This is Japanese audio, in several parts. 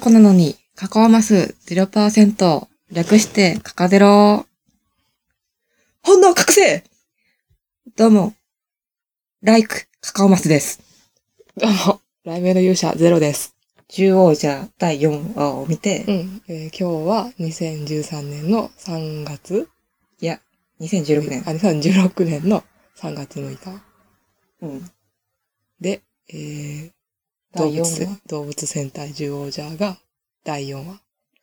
こなのに、カカオマス0%、略してカカゼロ。本能覚醒どうも、ライク、カカオマスです。どうも、雷鳴の勇者ゼロです。中央じゃ第4話を見て、ん。えー今日は2013年の3月いや、2016年あ、。2016年の3月6日。うん。で、えー、第動4物話せ動物戦隊十王者が第4話、が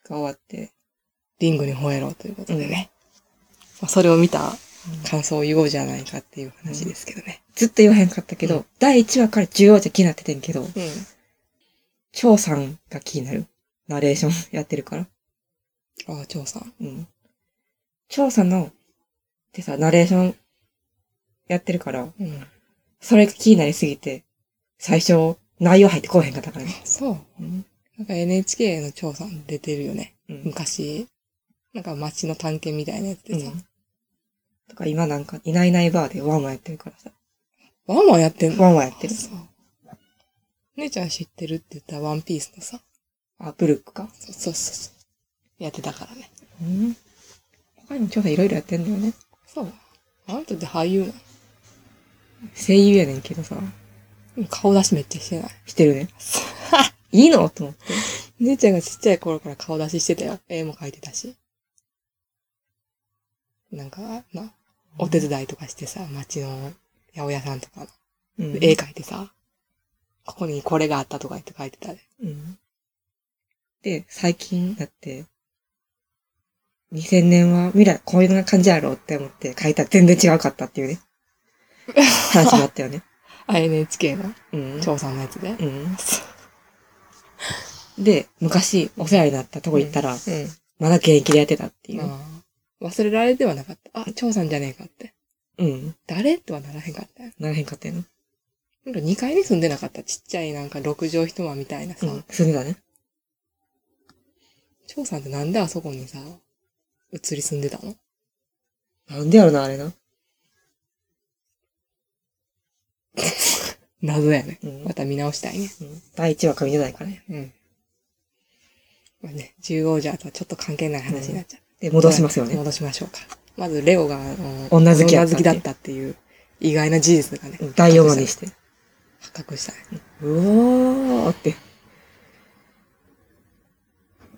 終わって、リングに吠えろということでね。まあ、それを見た感想を言おうじゃないかっていう話ですけどね。ずっと言わへんかったけど、う第1話から中央じゃ気になっててんけど、うん。蝶さんが気になる。ナレーション やってるから。ああ、張さん。うん。蝶さんの、でさ、ナレーションやってるから、うん。それが気になりすぎて、最初、内容入ってこうへんかったからね。そう。うん。なんか NHK の張さん出てるよね。うん。昔。なんか街の探検みたいなやつでさ。とか今なんか、いないいないバーでワンワンやってるからさ。ワンワンやってんのワンワンやってる。そう。姉ちゃん知ってるって言ったらワンピースのさ。あ、ブルックか。そうそうそうそう。やってたからね。うん。他にも調査いろいろやってんだよね。そう。あんたって俳優なの声優やねんけどさ、でも顔出しめっちゃしてない。して るね。いいのと思って。姉ちゃんがちっちゃい頃から顔出ししてたよ。絵も描いてたし。なんか、な、お手伝いとかしてさ、街の八百屋さんとかのうん絵描いてさ、ここにこれがあったとか言って描いてたで。うん。で、最近だって、2000年は未来こういう感じやろうって思って書いたら全然違うかったって いうね。話もあったよね。あ、NHK のうん。調査のやつで。うん。で、昔お世話になったとこ行ったら、うん。まだ現役でやってたっていう。ああ忘れられてはなかった。あ、張さんじゃねえかって。うん。誰とはならへんかったよ。ならへんかったよな。なんか2階に住んでなかった。ちっちゃいなんか6畳一間みたいなうさ。ん。住んでたね。張、さんってなんであそこにさ、移り住んでたのなんでやろな、あれな。謎やね。うんまた見直したいね。うん第1話か見てないからね。うん。まあね、十王者とはちょっと関係ない話になっちゃう。で、戻しますよね。戻しましょうか。まず、レオが、あの女好きやったっていう女好きだったっていう意外な事実がね。第4話にして。発覚したね。うおーって。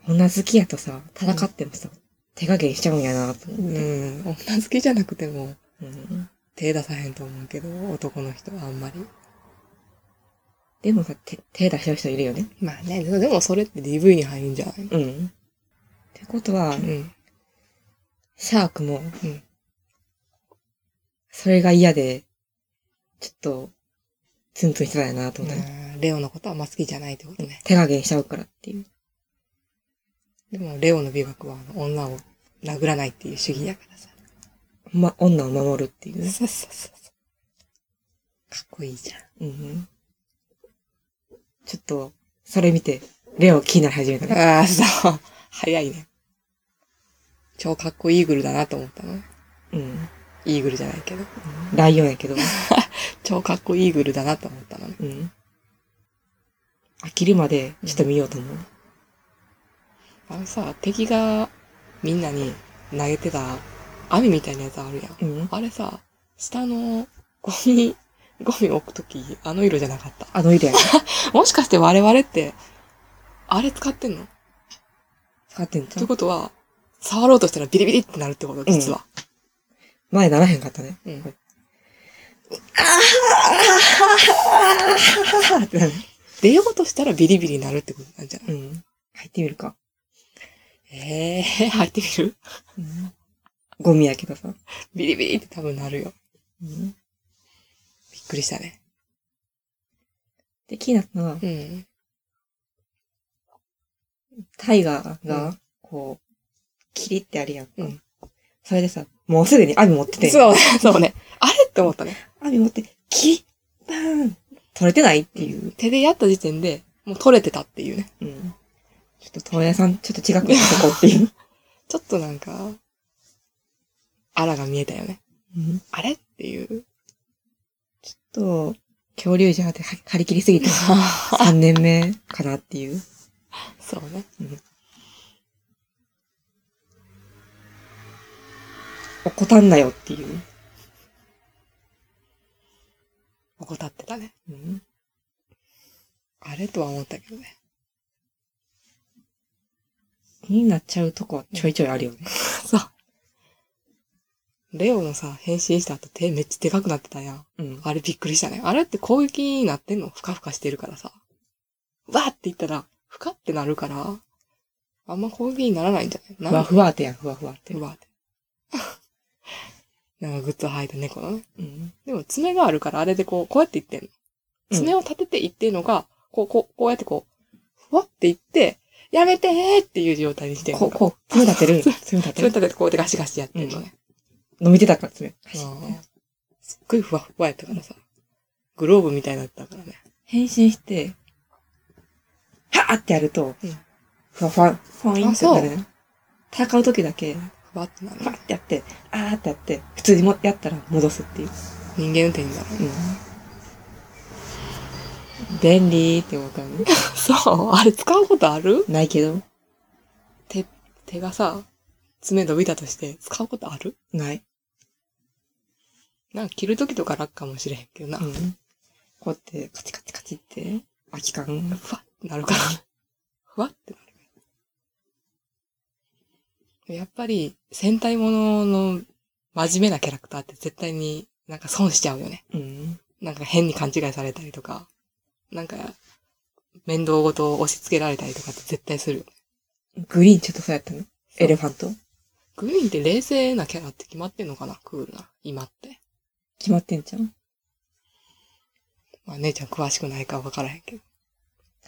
女好きやとさ、戦ってもさ、手加減しちゃうんやなと思うって。ん。女好きじゃなくても、うん手出さへんと思うけど、男の人はあんまり。でもさ、手、手出しちゃう人いるよね。まあね、でもでもそれって DV に入るんじゃないのうん。ってことはう、ん。シャークも、うんそれが嫌で、ちょっと、ツンツンしてたんやなと思って、うんレオのことはあんま好きじゃないってことね。手加減しちゃうからっていう。でも、レオの美学はあの女を殴らないっていう主義やからさ。ほんま、女を守るっていうね。そうそうそうそう。かっこいいじゃん。うん。ちょっと、それ見て、レオ気になり始めたね。ああ、そう。早いね。超かっこいいイーグルだなと思ったの。うん。イーグルじゃないけど。ライオンやけど。超かっこいいイーグルだなと思ったのね。うん。飽きるまでちょっと見ようと思う。あのさ、敵がみんなに投げてた網みたいなやつあるやん。うん。あれさ、下のゴミ、ゴミ置くとき、あの色じゃなかった。あの色やね。もしかして我々って、あれ使ってんの使ってんとちいゃううことは、触ろうとしたらビリビリってなるってこと、実は。前ならへんかった ね。うんはぁってなる。出ようとしたらビリビリになるってことなんじゃない、うん。入ってみるか。ええー、 入ってみるうん。ゴミやけどさ。ビリビリって多分なるよ。うん。びっくりしたね。で、気になったのは、うん。タイガーうが、こう、キリってあるやんか。うんそれでさ、もうすでに網持ってて。 そうね、そうね。あれって思ったね。網持って、キリッバーン取れてないっていう。手でやった時点で、もう取れてたっていうね。うん。ちょっと問屋さん、ちょっと違くやってこうって いう。ちょっとなんか、あらが見えたよね。うん。あれっていう。 と、恐竜じゃなくては張り切りすぎて、3年目かなっていう。そうね。怠んなよっていう。怠ってたね。うん、あれとは思ったけどね。になっちゃうとこはちょいちょいあるよね。そう。レオのさ、変身した後手めっちゃでかくなってたやん。うん。あれびっくりしたね。あれって攻撃になってんのふかふかしてるからさ。わーって言ったら、ふかってなるから、あんま攻撃にならないんじゃないふなわんふわってやん、ふわふわって。うわって。 なんかグッズ履いた猫のね。うん。でも爪があるからあれでこう、こうやっていってんの。うん爪を立てていってんのが、こう、こう、こうやってこう、ふわっていって、やめてーっていう状態にしてんの。こう、こう、爪立てる。 爪立て爪る。立ててこうやってガシガシやってんのね。伸びてたから爪。うんすっごいふわふわやったからさ。グローブみたいになったからね。変身して、はーってやるとうん、ふわふわ、フォインってなるね。戦う時だけ、ふわってなるふ。わってやって、あーってやって、普通にもやったら戻すっていう。人間の手になる。うん。便利って思うからね。そうあれ使うことあるないけど。手、手がさ、爪伸びたとして使うことあるない。なんか着るときとか楽かもしれへんけどな。うん。こうやって、カチカチカチって、空き缶。ふわってなる から。ふわってなる。やっぱり、戦隊ものの真面目なキャラクターって絶対になんか損しちゃうよね。うん。なんか変に勘違いされたりとか、なんか、面倒ごと押し付けられたりとかって絶対するよね。グリーンちょっとそうやったね。エレファントグリーンって冷静なキャラって決まってんのかなクールな。今って。決まってんじゃんまあ姉ちゃん詳しくないかわからへんけど。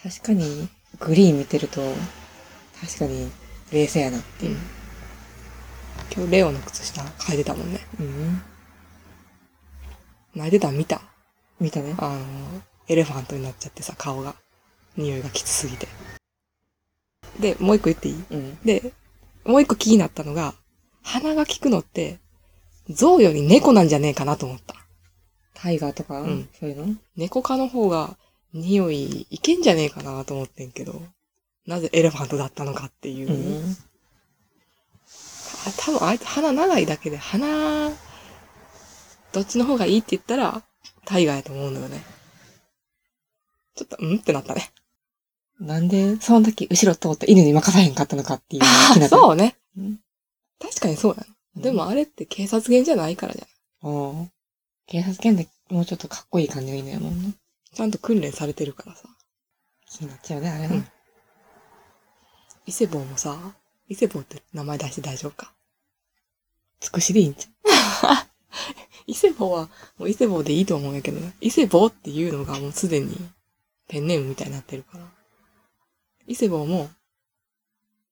確かに、グリーン見てると、確かに、冷静やなっていう。今日レオの靴下履いてたもんね。うん。泣いてたん見た見たね。あの、エレファントになっちゃってさ、顔が。匂いがきつすぎて。で、もう一個言っていいうん。で、もう一個気になったのが、鼻が効くのって、象より猫なんじゃねえかなと思った。タイガーとか、うんそういうの猫科の方が匂いいけんじゃねえかなと思ってんけど、なぜエレファントだったのかっていう。うん。あ多分あいつ鼻長いだけで鼻、どっちの方がいいって言ったら、タイガーやと思うのよね。ちょっと、んってなったね。なんで、その時、後ろ通って犬に任さへんかったのかっていう。あ気になあ、ったそうねうん。確かにそうやうんな。でもあれって警察犬じゃないからじゃん。おー警察犬でもうちょっとかっこいい感じの犬やもんな。ちゃんと訓練されてるからさ。気になっちゃうね、あれな。うんイセボウもさ、イセボウって名前出して大丈夫か。つくしでいいんちゃ伊勢坊は、もう伊勢坊でいいと思うんやけどね。伊勢坊っていうのがもうすでにペンネームみたいになってるから。伊勢坊も、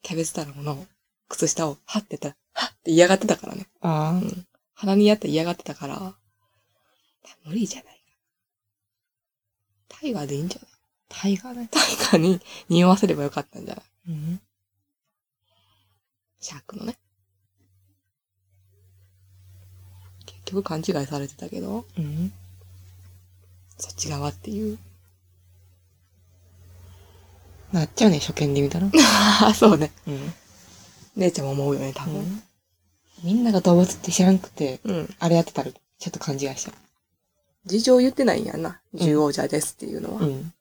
キャベツ太郎の靴下をはってやったら、はって嫌がってたからうね。あうん鼻にやって嫌がってたから、無理じゃない。タイガーでいいんじゃないタイガーね。タイガーに匂わせればよかったんじゃないうん。シャークのね。結局勘違いされてたけど。うん。そっち側っていう。なっちゃうね、初見で見たら。ああ、 そうね。うん。姉ちゃんも思うよね、多分。みんなが動物って知らんくて、うん。あれやってたら、ちょっと勘違いしちゃ事情言ってないんやんな。ん獣王者ですっていうのは。う。うん。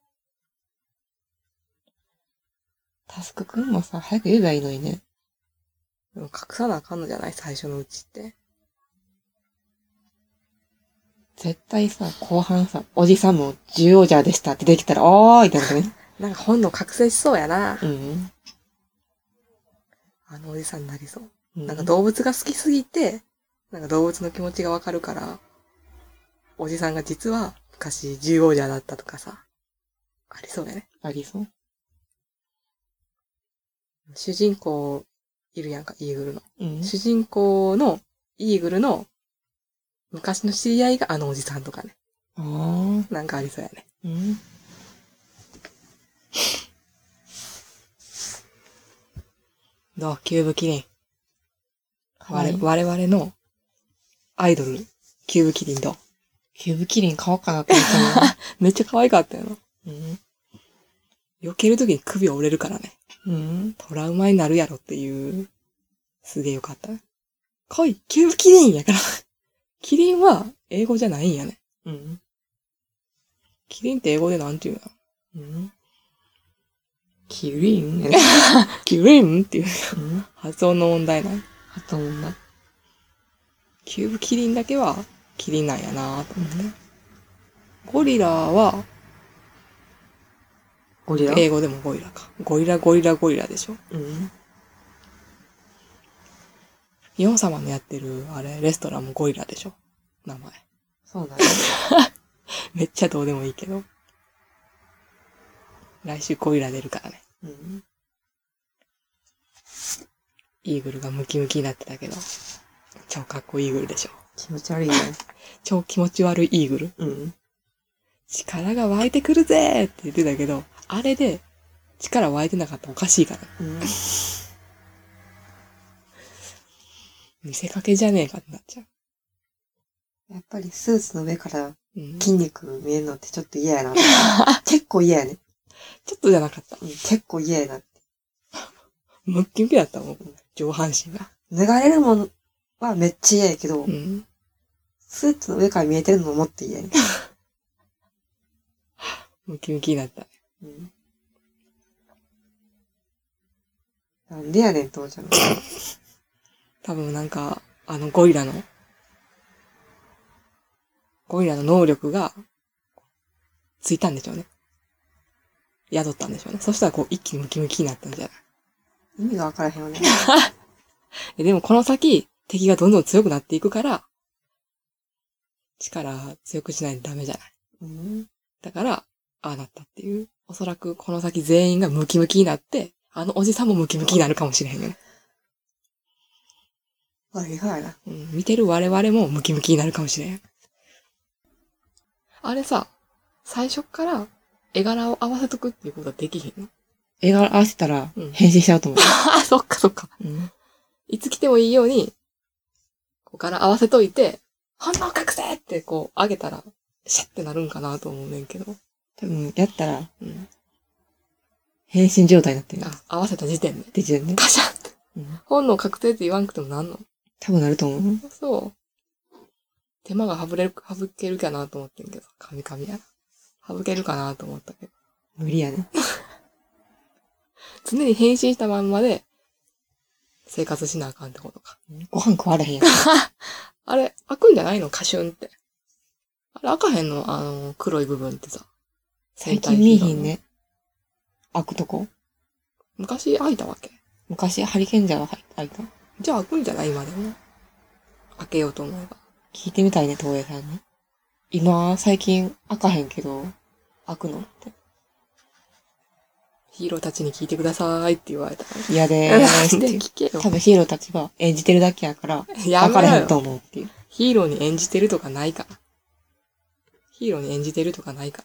タスクくんもさ、早く言えばいいのにね。でも隠さなあかんのじゃない最初のうちって。絶対さ、後半さ、おじさんも獣王者でしたってできたら、おーいってなるね。なんか本能覚醒しそうやな。うん。あのおじさんになりそう。ななんか動物が好きすぎて、なんか動物の気持ちがわかるから、おじさんが実は昔獣王者だったとかさ。ありそうやね。ありそう主人公いるやんか、イーグルの。うん主人公のイーグルの昔の知り合いがあのおじさんとかね。あー。なんかありそうやね。うん。どうキューブキリン。かわ我いい。我々のアイドル、キューブキリンどキューブキリン買おうかなって思ったうめっちゃ可愛かったよな。の。うん。避けるときに首折れるからね。うん。トラウマになるやろっていう。すげえよかった。来いキリキリンやから。 キリンは英語じゃないんやね。うん。キリンって英語でなんて言ううのん。キリンやね。キリンっていううん。発音の問題ない。あったもんな。キューブキリンだけはキリンなんやなぁと思って。ゴリラはゴリラ。英語でもゴリラか。ゴリラゴリラゴリラでしょ。うん。イオン様のやってるあれ、レストランもゴリラでしょ。名前。そうだね。めっちゃどうでもいいけど。来週ゴリラ出るからね。うん。イーグルがムキムキになってたけど。超かっこいいイーグルでしょ。気持ち悪いね。超気持ち悪いイーグル。うん。力が湧いてくるぜーって言ってたけど、あれで力湧いてなかったらおかしいから。うん。見せかけじゃねえかってなっちゃやっぱりスーツの上からう。うん。ち筋肉見えるのってちょっと嫌や な。結構嫌やね。ょっとじゃなかった。うん、結構嫌やな。ムッキムキだったもん。上半身が。脱がれるもんはめっちゃ嫌やけど、うん。スーツの上から見えてるのももっと嫌やね。ムキムキになった。 うん。なんでやねん、父ちゃん。多分なんか、あのゴリラの、ゴリラの能力が、ついたんでしょうね。宿ったんでしょうね。そしたらこう一気にムキムキになったんじゃない意味がわからへんよね。えでもこの先、敵がどんどん強くなっていくから、力強くしないとダメじゃない。うん。だから、ああなったっていう。おそらくこの先全員がムキムキになって、あのおじさんもムキムキになるかもしれへんよね。あ、意外やな。うん、見てる我々もムキムキになるかもしれん。あれさ、最初っから絵柄を合わせとくっていうことはできひんの絵柄合わせたらうん変身しちゃう と思 ああ、そっかそっか。う。うん。いつ来てもいいように、こうから合わせといて、反応隠せってこう上げたら、シャってなるんかなと思うねんけど。多分、やったらうん。変身状態になってる。あ、合わせた時点で。できるね。ガシャって。うん。本能確定って言わんくてもなんの多分なると思う。そう。手間が省れる、省けるかなと思ってんけど。カミカミやな。省けるかなと思ったけど。無理やね。常に変身したまんまで、生活しなあかんってことか。ご飯食われへんやん。あれ、開くんじゃないのカシュンって。あれ開かへんのあの、黒い部分ってさ。 最近見えひんね。開くとこ昔開いたわけ。昔、ハリケンジャーが開いた。じゃあ開くんじゃない今でも。開けようと思えば。聞いてみたいね、東映さんに。今、最近開かへんけど、開くのって。ヒーローたちに聞いてくださいって言われたから。嫌でえーすー、っでて。聞けよ多。分ヒーローたちは演じてるだけやから、や分かめらろへんとよ。思うっていう。ヒーローに演じてるとかないから。ヒーローに演じてるとかないか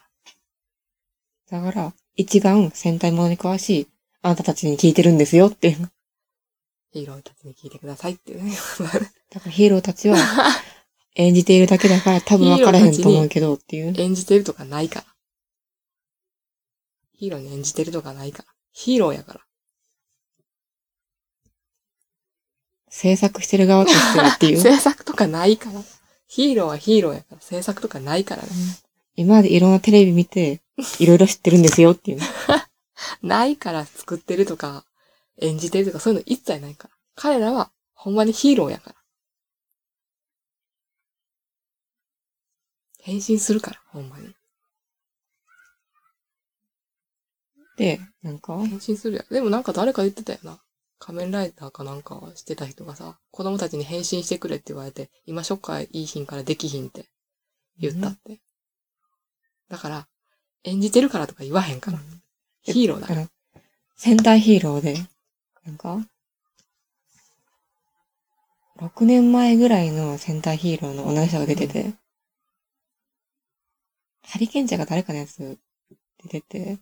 ら。だから、一眼戦隊ものに詳しい、あなたたちに聞いてるんですよっていう。ヒーローたちに聞いてくださいっていうね。だからヒーローた ちは、演じているだけだから多分分からへんと思うけどっていう。演じてるとかないから。ヒーローに演じてるとかないから。ヒーローやから。制作してる側としてはってい う。制作とかないから。ヒーローはヒーローやから。制作とかないからね。今までいろんなテレビ見て、いろいろ知ってるんですよっていう。ないから作ってるとか、演じてるとか、そういうの一切ないから。彼らは、ほんまにヒーローやから。変身するから、ほんまに。で、なんか、変身するやん。でもなんか誰か言ってたよな。仮面ライダーかなんかしてた人がさ、子供たちに変身してくれって言われて、今初回いい品からできひんって言ったって。だから、演じてるからとか言わへんから。うんヒーローだだか、から戦隊ヒーローで、なんか、6年前ぐらいの戦隊ヒーローの同じ人が出てて、ハリケンジャーが誰かのやつ出てて、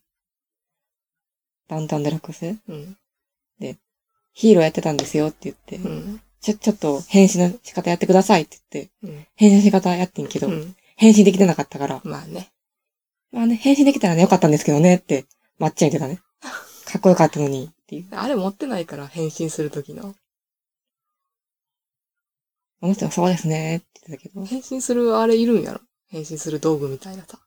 ダウンタウンデラックスら。うん。ヒーローやってたんですよって言って、うん。ちょ、ちょっと変身の仕方やってくださいって言って、うん。変身の仕方やってんけど、うん。変身できてなかったから、まあね。まあね、変身できたらね、よかったんですけどねって抹茶入れた ね。かっこよかったのに、っていう。あれ持ってないから、返信するときの。あの人はそうですね、って言ってたけど。変身するあれいるんやろ変身する道具みたいなさ。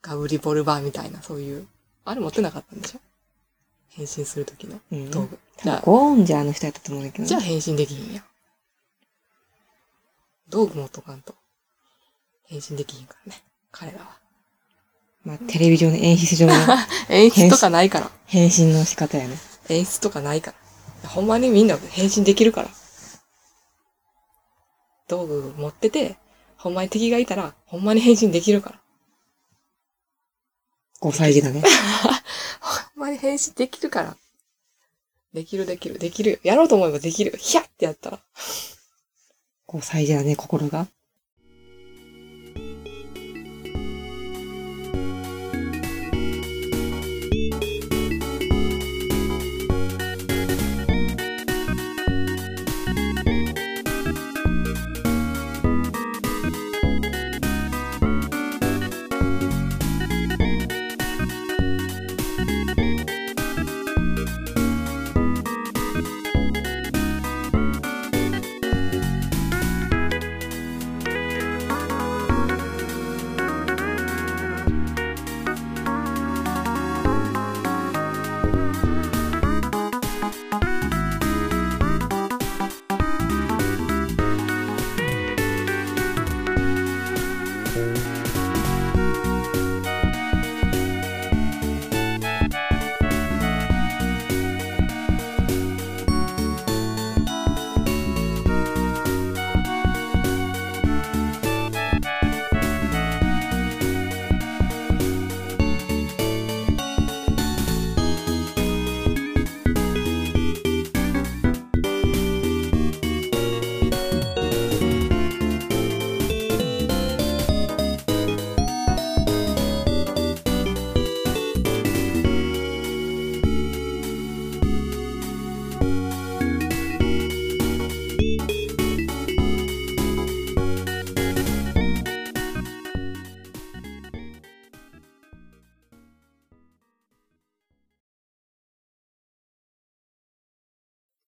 ガブリボルバーみたいな、そういう。あれ持ってなかったんでしょ変身するときのうん。道具。多じ分ゃゴーンじゃあの人やったと思うんだけあ、ど。じゃあ変身できひんやん。道具持っとかんと。変身できひんからね。彼らは。まあ、テレビ上の演出上の演出とかないから。変身の仕方 やね。演出とかないから。ほんまにみんな変身できるから。道具持ってて、ほんまに敵がいたら、ほんまに変身できるから。 5歳児だね。ほんまに変身できるから。できるできるできる。やろうと思えばできる。ひゃってやったら。 5歳児だね、心が。